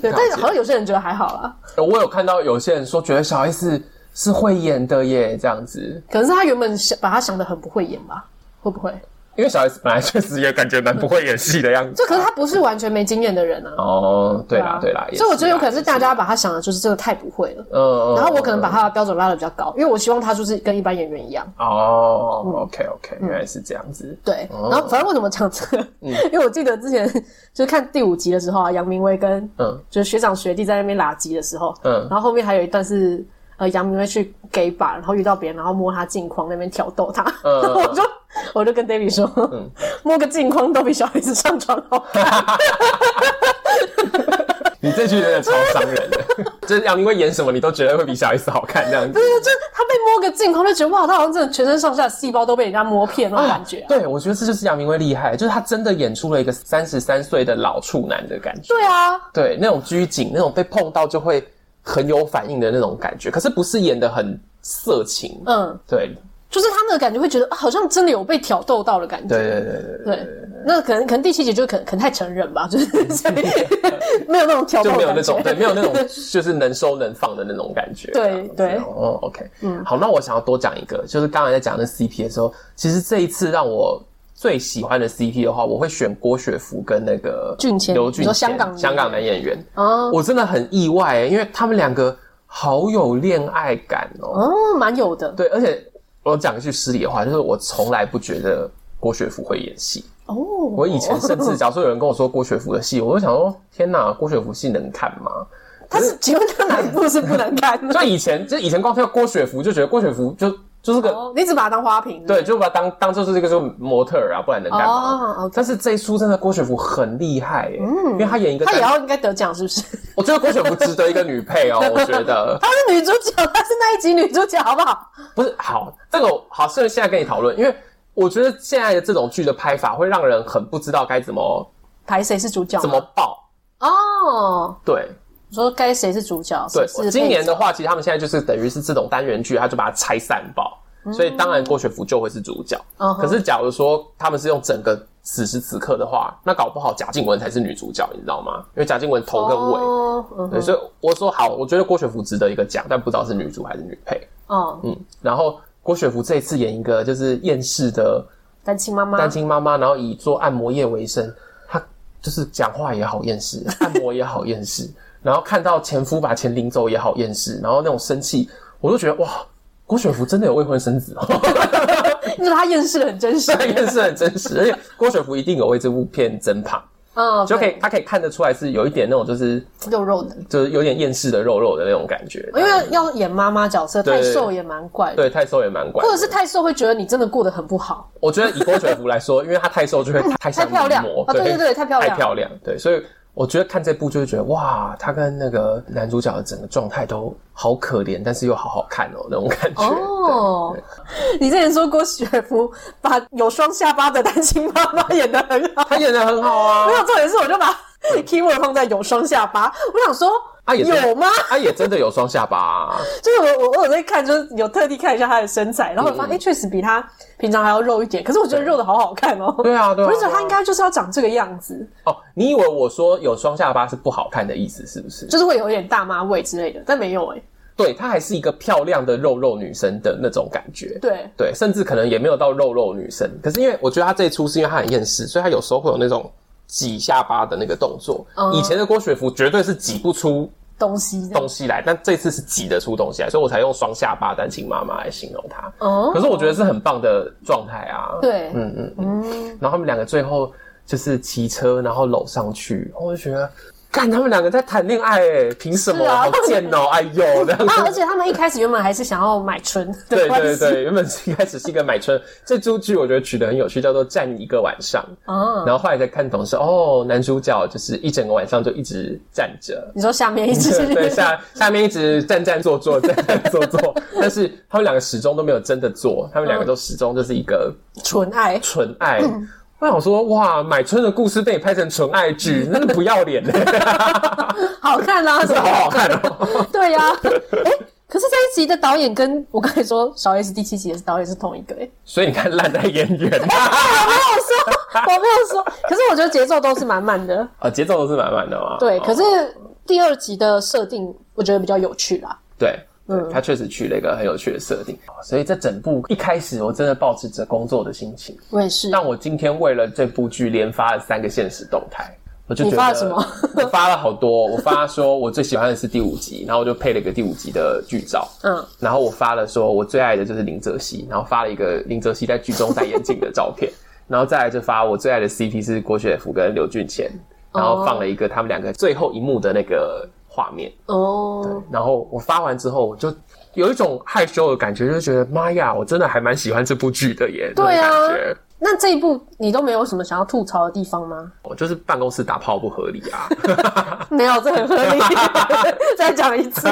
Speaker 2: 对，但是好像有些人觉得还好啦，
Speaker 1: 我有看到有些人说觉得小 S 是会演的耶，这样子，
Speaker 2: 可能是他原本想把他想的很不会演吧，会不会？
Speaker 1: 因为小 S 本来确实也感觉蛮不会演戏的样 子。
Speaker 2: 就可是他不是完全没经验的人啊，
Speaker 1: 哦，对啦，对啦，也
Speaker 2: 所以我觉得有可能
Speaker 1: 是
Speaker 2: 是大家把他想的就是真的太不会了。
Speaker 1: 啦，嗯，嗯
Speaker 2: 然后我可能把他的标准拉的比较高，因为我希望他就是跟一般演员一样。
Speaker 1: 哦，OK
Speaker 2: 嗯
Speaker 1: OK，原来是这样子，
Speaker 2: 对，然后反正为什么讲这个？
Speaker 1: 嗯
Speaker 2: 因为我记得之前就是看第五集的时候啊，杨明威跟
Speaker 1: 嗯
Speaker 2: 就是学长学弟在那边拉鸡的时候，
Speaker 1: 嗯
Speaker 2: 然后后面还有一段是呃杨明威去 gay bar，然后遇到别人，然后摸他镜框那边挑逗他，
Speaker 1: 嗯
Speaker 2: 我就我就跟 David 说， 摸个镜框都比小孩子上床好看。
Speaker 1: 你这句有点超伤人 的，就是杨明威演什么你都觉得会比小 S 好看这样子
Speaker 2: 对。啊就是他被摸个镜框，就觉得哇，他好像真的全身上下的细胞都被人家摸遍那种感觉啊。
Speaker 1: 对，我觉得这就是杨明威厉害，就是他真的演出了一个三十三岁的老处男的感觉，
Speaker 2: 对啊，
Speaker 1: 对，那种拘谨，那种被碰到就会很有反应的那种感觉，可是不是演的很色情，
Speaker 2: 嗯，
Speaker 1: 对，
Speaker 2: 就是他那个感觉会觉得啊好像真的有被挑逗到的感觉。
Speaker 1: 对对对对对，
Speaker 2: 对，那可能可能第七集就可能可能太成人吧，就是所以没有那种挑逗
Speaker 1: 就
Speaker 2: 的
Speaker 1: 没有
Speaker 2: 哦感
Speaker 1: 那种
Speaker 2: 觉
Speaker 1: 对，没有 那种就是能收能放的那种感觉。
Speaker 2: 对
Speaker 1: 这样子
Speaker 2: 对
Speaker 1: 哦，OK，嗯，好，那我想要多讲一个，就是刚才在讲那 CP 的时候，其实这一次让我最喜欢的 CP 的话，我会选郭雪芙跟那个
Speaker 2: 俊谦
Speaker 1: 刘俊
Speaker 2: 你说
Speaker 1: 谦，
Speaker 2: 香港
Speaker 1: 香港男演员，
Speaker 2: 哦
Speaker 1: 我真的很意外、欸因为他们两个好有恋爱感哦。
Speaker 2: 哦，蛮有的
Speaker 1: 对，而且我讲一句失礼的话，就是我从来不觉得郭雪芙会演戏。
Speaker 2: 哦。
Speaker 1: 我以前甚至，假如说有人跟我说郭雪芙的戏，我就想说：天哪，郭雪芙戏能看吗？
Speaker 2: 他是请问他哪一部是不能看的？
Speaker 1: 就以前，就以前光听到郭雪芙就觉得郭雪芙就就是个、
Speaker 2: 哦你只把它当花瓶，
Speaker 1: 对，，就把她当当做是这个就是模特儿啊，不然能干嘛？
Speaker 2: 哦，OK
Speaker 1: 但是这一出真的郭雪芙很厉害耶、因嗯为她演一个
Speaker 2: 他
Speaker 1: 单，
Speaker 2: 也要应该得奖是不是？
Speaker 1: 我觉得郭雪芙值得一个女配哦、 我觉 得
Speaker 2: 她是女主角，她是那一集女主角，好不好？
Speaker 1: 不是好，这个我好，现在现在跟你讨论，因为我觉得现在的这种剧的拍法会让人很不知道该怎么哦
Speaker 2: 排谁是主角吗？
Speaker 1: 怎么爆，
Speaker 2: 哦？
Speaker 1: 对。
Speaker 2: 你说该谁是主角？
Speaker 1: 对
Speaker 2: 谁是，配
Speaker 1: 今年的
Speaker 2: 角
Speaker 1: 话，其实他们现在就是等于是这种单元剧，他就把它拆散爆，所以当然郭雪芙就会是主角。
Speaker 2: 嗯哼
Speaker 1: 可是假如说他们是用整个此时此刻的话，那搞不好贾静雯才是女主角，你知道吗？因为贾静雯头跟尾。
Speaker 2: 哦嗯
Speaker 1: 对，
Speaker 2: 哼
Speaker 1: 所以我说好，我觉得郭雪芙值得一个奖，但不知道是女主还是女配。
Speaker 2: 哦，
Speaker 1: 嗯，然后郭雪芙这次演一个就是厌世的
Speaker 2: 单亲妈妈，
Speaker 1: 单亲妈妈，然后以做按摩业为生，她就是讲话也好厌世，按摩也好厌世，然后看到前夫把钱领走也好厌世，然后那种生气，我都觉得哇，郭雪芙真的有未婚生子哦，
Speaker 2: 就是她厌世的很真实
Speaker 1: 这，件事很真实，而且郭雪芙一定有为这部片增胖，
Speaker 2: 嗯，
Speaker 1: 就可以
Speaker 2: 对
Speaker 1: 他可以看得出来是有一点那种就是
Speaker 2: 肉肉的，
Speaker 1: 就是有点厌世的肉肉的那种感觉，
Speaker 2: 因为要演妈妈角色，
Speaker 1: 对
Speaker 2: 太
Speaker 1: 对对
Speaker 2: 瘦也蛮怪的，
Speaker 1: 对太瘦也蛮怪的，
Speaker 2: 或者是太瘦会觉得你真的过得很不好。
Speaker 1: 我觉得以郭雪芙来说，因为她太瘦就会太像
Speaker 2: 太漂亮
Speaker 1: 名模
Speaker 2: 啊对对对太漂亮
Speaker 1: 太漂亮，对，所以我觉得看这部就会觉得哇，她跟那个男主角的整个状态都好可怜，但是又好好看哦，那种感觉。
Speaker 2: 哦
Speaker 1: 对，
Speaker 2: 你之前说郭雪芙把有双下巴的单亲妈妈演得很好，
Speaker 1: 她演的很好啊
Speaker 2: 没，有重点是我就把 keyword 放在有双下巴，我想说。
Speaker 1: 嗯啊也是
Speaker 2: 有吗？
Speaker 1: 她也真的有双下巴、啊，
Speaker 2: 就是我我我有在看，就是有特地看一下她的身材，然后我
Speaker 1: 嗯
Speaker 2: 发现哎，诶确、实比她平常还要肉一点。可是我觉得肉的好好看哦、
Speaker 1: 对 啊，对啊。
Speaker 2: 我就觉得她
Speaker 1: 对啊
Speaker 2: 应该就是要长这个样子，
Speaker 1: 哦，你以为我说有双下巴是不好看的意思是不是？
Speaker 2: 就是会有一点大妈味之类的，但没有哎、诶
Speaker 1: 对，她还是一个漂亮的肉肉女生的那种感觉。
Speaker 2: 对，
Speaker 1: 对，甚至可能也没有到肉肉女生。可是因为我觉得她这一出是因为她很厌世，所以她有时候会有那种挤下巴的那个动作。
Speaker 2: 嗯
Speaker 1: 以前的郭雪芙绝对是挤不出
Speaker 2: 东西这样
Speaker 1: 东西来，但这次是挤得出东西来，所以我才用双下巴单亲妈妈来形容她。
Speaker 2: 哦
Speaker 1: 可是我觉得是很棒的状态啊。
Speaker 2: 对，
Speaker 1: 嗯嗯嗯。
Speaker 2: 嗯，
Speaker 1: 然后他们两个最后就是骑车，然后搂上去，我就觉得。看他们两个在谈恋爱、欸，凭什么？
Speaker 2: 是啊
Speaker 1: 好贱哦、哎呦，这样
Speaker 2: 啊，
Speaker 1: 子
Speaker 2: 而且他们一开始原本还是想要买春的
Speaker 1: 对
Speaker 2: 关
Speaker 1: 对
Speaker 2: 系，
Speaker 1: 对，原本是一开始是一个买春，这出剧我觉得取得很有趣，叫做《站一个晚上》，
Speaker 2: 啊，
Speaker 1: 然后后来才看懂是哦，男主角就是一整个晚上就一直站着
Speaker 2: 。你说下面一只
Speaker 1: 对，下下面一直站站坐坐，站站坐坐，但是他们两个始终都没有真的坐，他们两个都始终就是一个
Speaker 2: 纯爱，
Speaker 1: 纯爱。我想说，哇，买春的故事被你拍成纯爱 剧，真的不要脸 呢、
Speaker 2: 好看啦、
Speaker 1: 真的 好好看哦、
Speaker 2: 对呀、哎、可是这一集的导演跟我刚才说小 S 第七集的导演是同一个、 哎，
Speaker 1: 所以你看，烂在演 员
Speaker 2: 我没有说，我没有说，可是我觉得节奏都是满满的，
Speaker 1: 啊，节奏都是满满的嘛。
Speaker 2: 对，
Speaker 1: 哦
Speaker 2: 可是第二集的设定我觉得比较有趣啦，
Speaker 1: 对，
Speaker 2: 嗯
Speaker 1: 嗯，他确实取了一个很有趣的设定，所以这整部一开始我真的抱持着工作的心情，
Speaker 2: 我也是，
Speaker 1: 但我今天为了这部剧连发了三个现实动态。我就觉得
Speaker 2: 你发了什么？
Speaker 1: 我发了好多，我发说我最喜欢的是第五集，然后我就配了一个第五集的剧照，
Speaker 2: 嗯，
Speaker 1: 然后我发了说我最爱的就是林则熙，然后发了一个林则熙在剧中戴眼镜的照片， 然后再来就发我最爱的 CP 是郭雪芙跟刘俊贤，
Speaker 2: 哦
Speaker 1: 然后放了一个他们两个最后一幕的那个画面，
Speaker 2: 哦，
Speaker 1: 然后我发完之后，我就有一种害羞的感觉，就觉得妈呀，我真的还蛮喜欢这部剧的耶。
Speaker 2: 对啊
Speaker 1: 那种感觉
Speaker 2: 那这一部你都没有什么想要吐槽的地 方吗？
Speaker 1: 我就是办公室打炮不合理啊。
Speaker 2: 没有，这很合 理，再讲一次，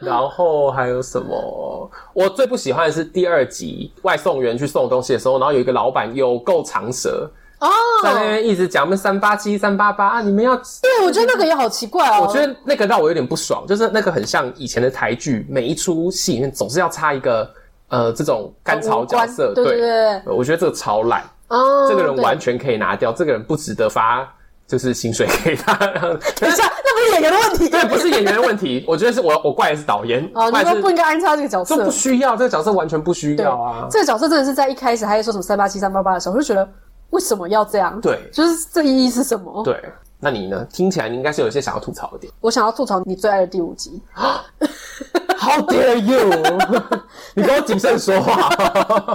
Speaker 1: 然后还有什么？我最不喜欢的是第二集外送员去送东西的时候，然后有一个老板有够长舌，
Speaker 2: 哦，
Speaker 1: 在那边一直讲我们三八七、三八八啊，你们要。
Speaker 2: 对，我觉得那个也好奇怪哦。
Speaker 1: 我觉得那个让我有点不爽，就是那个很像以前的台剧，每一出戏里面总是要插一个呃这种甘草角色，
Speaker 2: 哦对对对，
Speaker 1: 我觉得这个超烂。
Speaker 2: 哦，
Speaker 1: 这个人
Speaker 2: 对
Speaker 1: 完全可以拿掉，这个人不值得发就是薪水给 他。
Speaker 2: 等一下，那不是演员的问题，
Speaker 1: 对，不是演员的问题，我觉得是我我怪的是导演，
Speaker 2: 哦，你
Speaker 1: 怪
Speaker 2: 说
Speaker 1: 是
Speaker 2: 不应该安插这个角
Speaker 1: 就
Speaker 2: 色
Speaker 1: 不，需要这个角色完全不需
Speaker 2: 对
Speaker 1: 要啊。
Speaker 2: 这个角色真的是在一开始还在说什么三八七三八八的时候，我就觉得为什么要这样？
Speaker 1: 对
Speaker 2: 就是这意义是什么？，
Speaker 1: 对，那你呢？听起来你应该是有一些想要吐槽的点。
Speaker 2: 我想要吐槽你最爱的第五集，
Speaker 1: How dare you！你 跟我谨慎说话。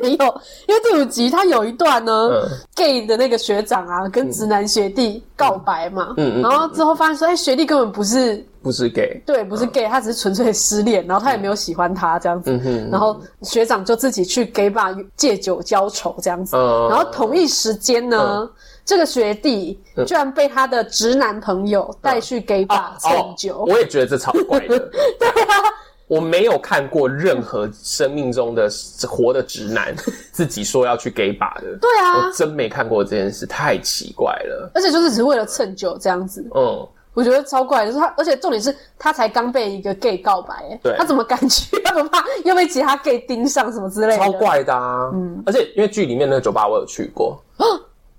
Speaker 2: 没有，因为第五集它有一段呢、
Speaker 1: 嗯
Speaker 2: g a y 的那个学长啊跟直男学弟告白嘛，
Speaker 1: 嗯嗯嗯
Speaker 2: 然后之后发现说，哎、学弟根本不是
Speaker 1: 不是 gay，
Speaker 2: 对，不是 gay，、他只是纯粹失恋，然
Speaker 1: 嗯
Speaker 2: 后他也没有喜欢他这样子，然后学长就自己去 gay bar 借酒浇愁这样子，
Speaker 1: 嗯
Speaker 2: 然后同一时间呢。这个学弟
Speaker 1: 嗯
Speaker 2: 居然被他的直男朋友带去 gay
Speaker 1: 啊哦
Speaker 2: bar 蹭酒，
Speaker 1: 我也觉得这超怪的。对啊。我没有看过任何生命中的活的直男自己说要去 gay 把的，
Speaker 2: 对啊
Speaker 1: 我真没看过这件事，太奇怪了。
Speaker 2: 而且就是只是为了蹭酒这样子，
Speaker 1: 嗯，
Speaker 2: 我觉得超怪的。就是他，而且重点是他才刚被一个 gay 告白，哎
Speaker 1: 对
Speaker 2: 他怎么敢去？ 他不怕又被其他 gay 盯上什么之类的？
Speaker 1: 超怪的啊！嗯，而且因为剧里面那个酒吧我有去过，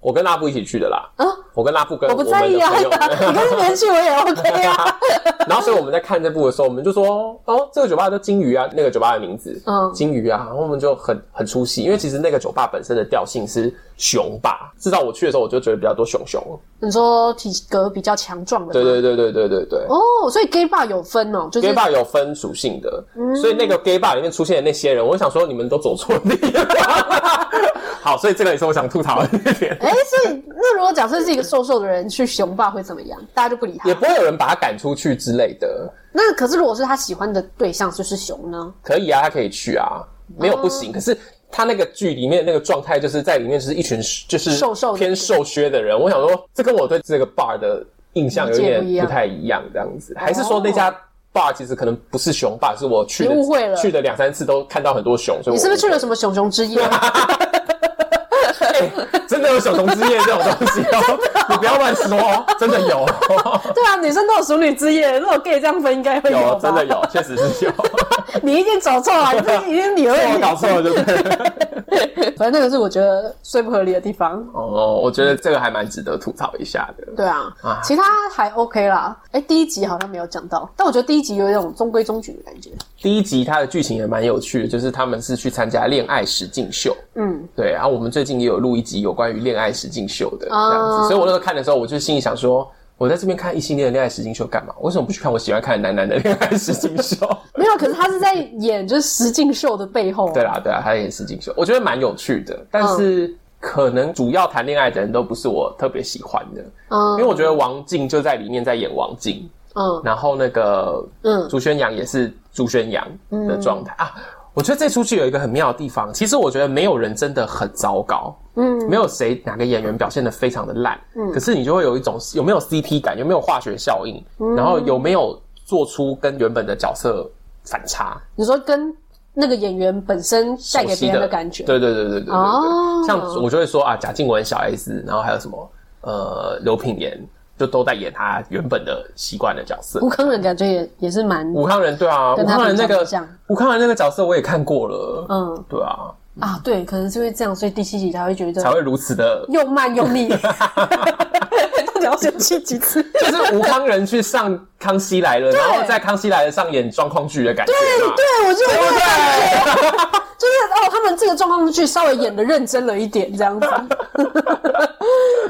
Speaker 1: 我跟拉布一起去的啦。
Speaker 2: 啊！
Speaker 1: 我跟拉布跟
Speaker 2: 我
Speaker 1: 呃我
Speaker 2: 不
Speaker 1: 们
Speaker 2: 在意
Speaker 1: 的
Speaker 2: 啊，
Speaker 1: 朋友们，
Speaker 2: 你跟别人 去我也 OK 啊。
Speaker 1: 然后所以我们在看这部的时候，我们就说哦，这个酒吧叫金鱼啊，那个酒吧的名字，
Speaker 2: 嗯
Speaker 1: 嗯，金鱼啊，然后我们就很很出戏，因为其实那个酒吧本身的调性是熊吧，至少我去的时候我就觉得比较多熊熊，
Speaker 2: 你说体格比较强壮的吗，
Speaker 1: 对对对对对对对。
Speaker 2: 哦，所以 gay bar 有分哦，就是嗯
Speaker 1: gay bar 有分属性 的，所以那个 gay bar 里面出现的那些人，我想说你们都走错地方，好，所以这个也是我想吐槽的那点，
Speaker 2: 哎，所以那如果假设是一个瘦瘦的人去雄霸会怎么样？大家就不理
Speaker 1: 也
Speaker 2: 他。
Speaker 1: 不会有人把他赶出去之类的。
Speaker 2: 那可是如果是他喜欢的对象就是熊呢？
Speaker 1: 可以啊，他可以去啊，没有不行。
Speaker 2: 哦
Speaker 1: 可是他那个剧里面那个状态，就是在里面就是一群就是
Speaker 2: 瘦瘦的
Speaker 1: 偏瘦削的人。我想说，这跟我对这个 bar 的印象有
Speaker 2: 理解不
Speaker 1: 点
Speaker 2: 一样哦
Speaker 1: 不太一样，这样子。还是说那家 bar 其实可能不是熊 bar，是我去的
Speaker 2: 你误会了
Speaker 1: 去的两三次都看到很多熊，所以
Speaker 2: 你
Speaker 1: 我
Speaker 2: 是不是去了什么熊熊 之夜？
Speaker 1: 真的有小童之夜这种东西哦？你不要乱说，哦真的 有，
Speaker 2: 对啊，女生都有熟女之夜，如果 gay 这样分应该会
Speaker 1: 有
Speaker 2: 吧？
Speaker 1: 真的，有，确实 是有，
Speaker 2: 你一定找错啊了，你这一定你 的
Speaker 1: 我
Speaker 2: 问题。
Speaker 1: 搞错了，对不对？
Speaker 2: 反正那个是我觉得最不合理的地方。
Speaker 1: 哦，我觉得这个还蛮值得吐槽一下的。
Speaker 2: 对啊，其他还 OK 啦。哎、第一集好像没有讲到，但我觉得第一集有一种中规中矩的感觉。
Speaker 1: 第一集它的剧情也蛮有趣的，就是他们是去参加恋爱实境秀。
Speaker 2: 嗯，
Speaker 1: 对，然、后我们最近也有录一集有关于恋爱实境秀的这
Speaker 2: 哦
Speaker 1: 样子，所以我那时候看的时候，我就心里想说，我在这边看异性恋的恋爱实境秀干嘛？为什么不去看我喜欢看的男男的恋爱实境秀？
Speaker 2: 没有，可是他是在演就是实境秀的背后。
Speaker 1: 对啦，啊对啦，他也是进修，我觉得蛮有趣的，但
Speaker 2: 嗯
Speaker 1: 是可能主要谈恋爱的人都不是我特别喜欢的，因
Speaker 2: 嗯
Speaker 1: 为我觉得王静就在里面在演王静，
Speaker 2: 嗯
Speaker 1: 然后那个
Speaker 2: 嗯
Speaker 1: 朱宣阳也是朱宣阳的状态、啊。我觉得这出剧有一个很妙的地方，其实我觉得没有人真的很糟糕，
Speaker 2: 嗯，
Speaker 1: 没有谁哪个演员表现的非常的烂，可是你就会有一种有没有 CP 感，有没有化学效应，
Speaker 2: 嗯
Speaker 1: 然后有没有做出跟原本的角色反差，
Speaker 2: 你说跟那个演员本身带给别人的感觉。
Speaker 1: 对对对对对对对
Speaker 2: 哦
Speaker 1: 像我就会说啊，贾静雯、小 S，然后还有什么呃刘品言，就都在演她原本的习惯的角色
Speaker 2: 吴。康仁感觉也也是蛮
Speaker 1: 吴康仁对啊，吴
Speaker 2: 哦跟她
Speaker 1: 康仁那
Speaker 2: 很
Speaker 1: 个
Speaker 2: 像
Speaker 1: 吴康仁那个角色我也看过了，
Speaker 2: 嗯
Speaker 1: 对啊，
Speaker 2: 啊，对，可能是因为这样，所以第七集才会觉
Speaker 1: 才
Speaker 2: 得
Speaker 1: 会如此的。
Speaker 2: 又慢 又腻。 到底要生气几次？
Speaker 1: 就是吴康仁去上《康熙来了》，然后在《康熙来了》上演状况剧的感觉嘛，
Speaker 2: 对，我就
Speaker 1: 对不对？
Speaker 2: 就是哦，他们这个状况剧稍微演的认真了一点，这 样子，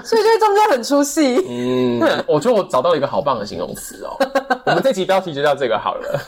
Speaker 2: 所以就会中间很出戏。
Speaker 1: 嗯，我觉得我找到一个好棒的形容词哦。 我们这集标题就叫这个好了，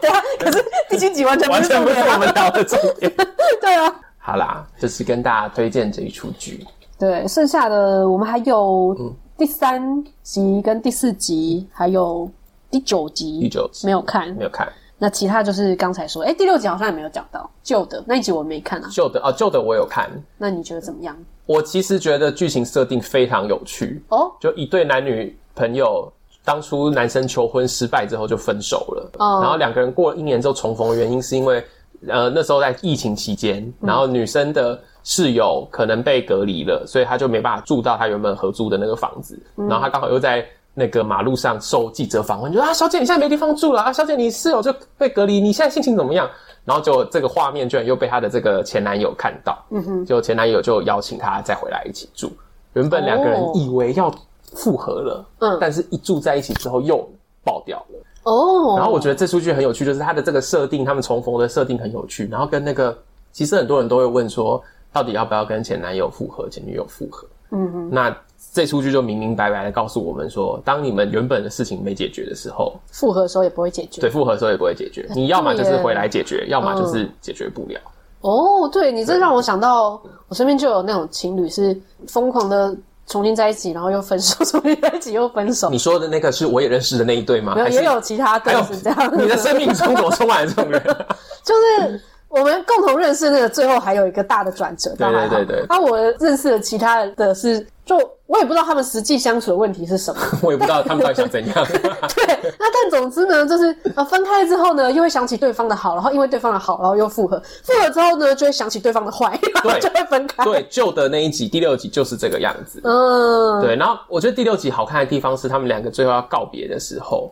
Speaker 2: 对啊，可是第七集完全不
Speaker 1: 完
Speaker 2: 是
Speaker 1: 全
Speaker 2: 重
Speaker 1: 不是
Speaker 2: 点
Speaker 1: 我
Speaker 2: 啊，
Speaker 1: 们聊的重点。
Speaker 2: 对啊。
Speaker 1: 好啦，就是跟大家推荐这一出剧。
Speaker 2: 对，剩下的我们还
Speaker 1: 嗯
Speaker 2: 有第三集跟第四集，还有第九集，
Speaker 1: 第九集
Speaker 2: 没有看
Speaker 1: 没。有看
Speaker 2: 那其他就是刚才说，哎，第六集好像也没有讲到旧的那一集，我没看啊。
Speaker 1: 旧的啊，旧的我有看。
Speaker 2: 那你觉得怎么样？
Speaker 1: 我其实觉得剧情设定非常有趣，
Speaker 2: 哦，
Speaker 1: 就一对男女朋友，当初男生求婚失败之后就分手了，
Speaker 2: 哦
Speaker 1: 然后两个人过了一年之后重逢，原因是因为呃那时候在疫情期间，
Speaker 2: 嗯
Speaker 1: 然后女生的。室友可能被隔离了，所以她就没办法住到她原本合租的那个房子。
Speaker 2: 嗯
Speaker 1: 然后她刚好又在那个马路上受记者访问，就说啊，小姐你现在没地方住了啊，小姐你室友就被隔离，你现在心情怎么样？然后就这个画面居然又被她的这个前男友看到，嗯哼，就前男友就邀请她再回来一起住。原本两个人
Speaker 2: 哦
Speaker 1: 以为要复合了，
Speaker 2: 嗯
Speaker 1: 但是一住在一起之后又爆掉了。
Speaker 2: 哦，
Speaker 1: 然后我觉得这出剧很有趣，就是它的这个设定，他们重逢的设定很有趣。然后跟那个，其实很多人都会问说，到底要不要跟前男友复合、前女友复合？嗯哼，那这出剧就明明白白的告诉我们说，当你们原本的事情没解决的时候，
Speaker 2: 复合的时候也不会解决。
Speaker 1: 对，复合的时候也不会解决。你要么就是
Speaker 2: 对耶嗯
Speaker 1: 回来解决，要么就是解决不了。
Speaker 2: 哦，对你这让我想到，我身边就有那种情侣是疯狂的重新在一起，然后又分手， 重新在一起又分手
Speaker 1: 你，说的那个是我也认识的那一对吗？
Speaker 2: 没有
Speaker 1: 还是
Speaker 2: 也有其他
Speaker 1: 还
Speaker 2: 对
Speaker 1: 有
Speaker 2: 是这样。
Speaker 1: 你的生命中怎么充满了这种人？
Speaker 2: 就是我们共同认识那个，最后还有一个大的转折，
Speaker 1: 对
Speaker 2: 倒还好
Speaker 1: 对对对
Speaker 2: 那、我认识的其他的是，就我也不知道他们实际相处的问题是什么。
Speaker 1: 我也不知道他们到底想怎样。
Speaker 2: 对，那但总之呢，就是呃分开之后呢，又会想起对方的好，然后因为对方的好，然后又复合，复合之后呢，就会想起对方的坏，然后
Speaker 1: 对
Speaker 2: 就会分 开。
Speaker 1: 对，旧的那一集第六集就是这个样子。
Speaker 2: 嗯，
Speaker 1: 对，然后我觉得第六集好看的地方是他们两个最后要告别的时候，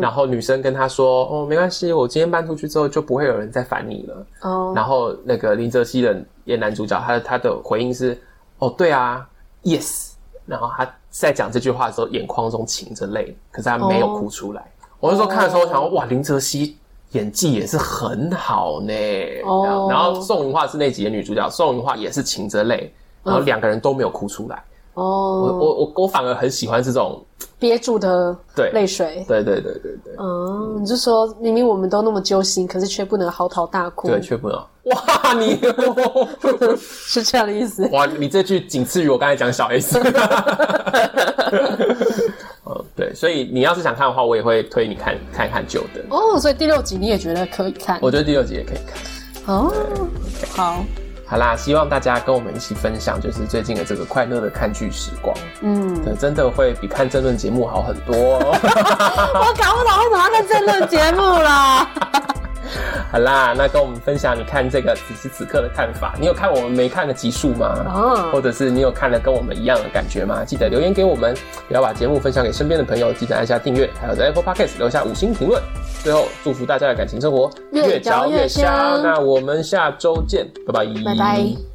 Speaker 1: 然后女生跟他说：“哦，没关系，我今天搬出去之后就不会有人再烦你了。”
Speaker 2: 哦，
Speaker 1: 然后那个林哲熙的演男主角，他他的回应是：“哦，对啊，yes。”然后他在讲这句话的时候，眼眶中噙着泪，可是他没有哭出来。我那时候看的时候，我想说：“哇，林哲熙演技也是很好呢。”
Speaker 2: 哦
Speaker 1: 这
Speaker 2: 嗯
Speaker 1: 样然后宋云桦是那集的女主角，宋云桦也是噙着泪，然后两个人都没有哭出来。
Speaker 2: 哦，
Speaker 1: 我我我我反而很喜欢这种，
Speaker 2: 憋住的
Speaker 1: 对
Speaker 2: 泪水。
Speaker 1: 对对对对对，
Speaker 2: 哦，你就说明明我们都那么揪心，可是却不能嚎啕大哭，
Speaker 1: 对，却不能。哇，你
Speaker 2: 是这样的意思。
Speaker 1: 哇，你这句仅次于我刚才讲小 S。嗯，对，所以你要是想看的话，我也会推你看看看旧的。
Speaker 2: 哦，所以第六集你也觉得可以看？
Speaker 1: 我觉得第六集也可以看。
Speaker 2: 哦，好，
Speaker 1: 好啦，希望大家跟我们一起分享，就是最近的这个快乐的看剧时光。
Speaker 2: 嗯，
Speaker 1: 对，真的会比看政论节目好很多、哦。
Speaker 2: 我搞不懂为什么要看争论节目啦。
Speaker 1: 好啦，那跟我们分享你看这个此时此刻的看法。你有看我们没看的集数吗？
Speaker 2: 哦
Speaker 1: 或者是你有看了跟我们一样的感觉吗？记得留言给我们，也要把节目分享给身边的朋友，记得按下订阅，还有在 Apple Podcast 留下五星评论。最后，祝福大家的感情生活
Speaker 2: 越嚼越香
Speaker 1: 那我们下周见，拜拜，
Speaker 2: 拜拜。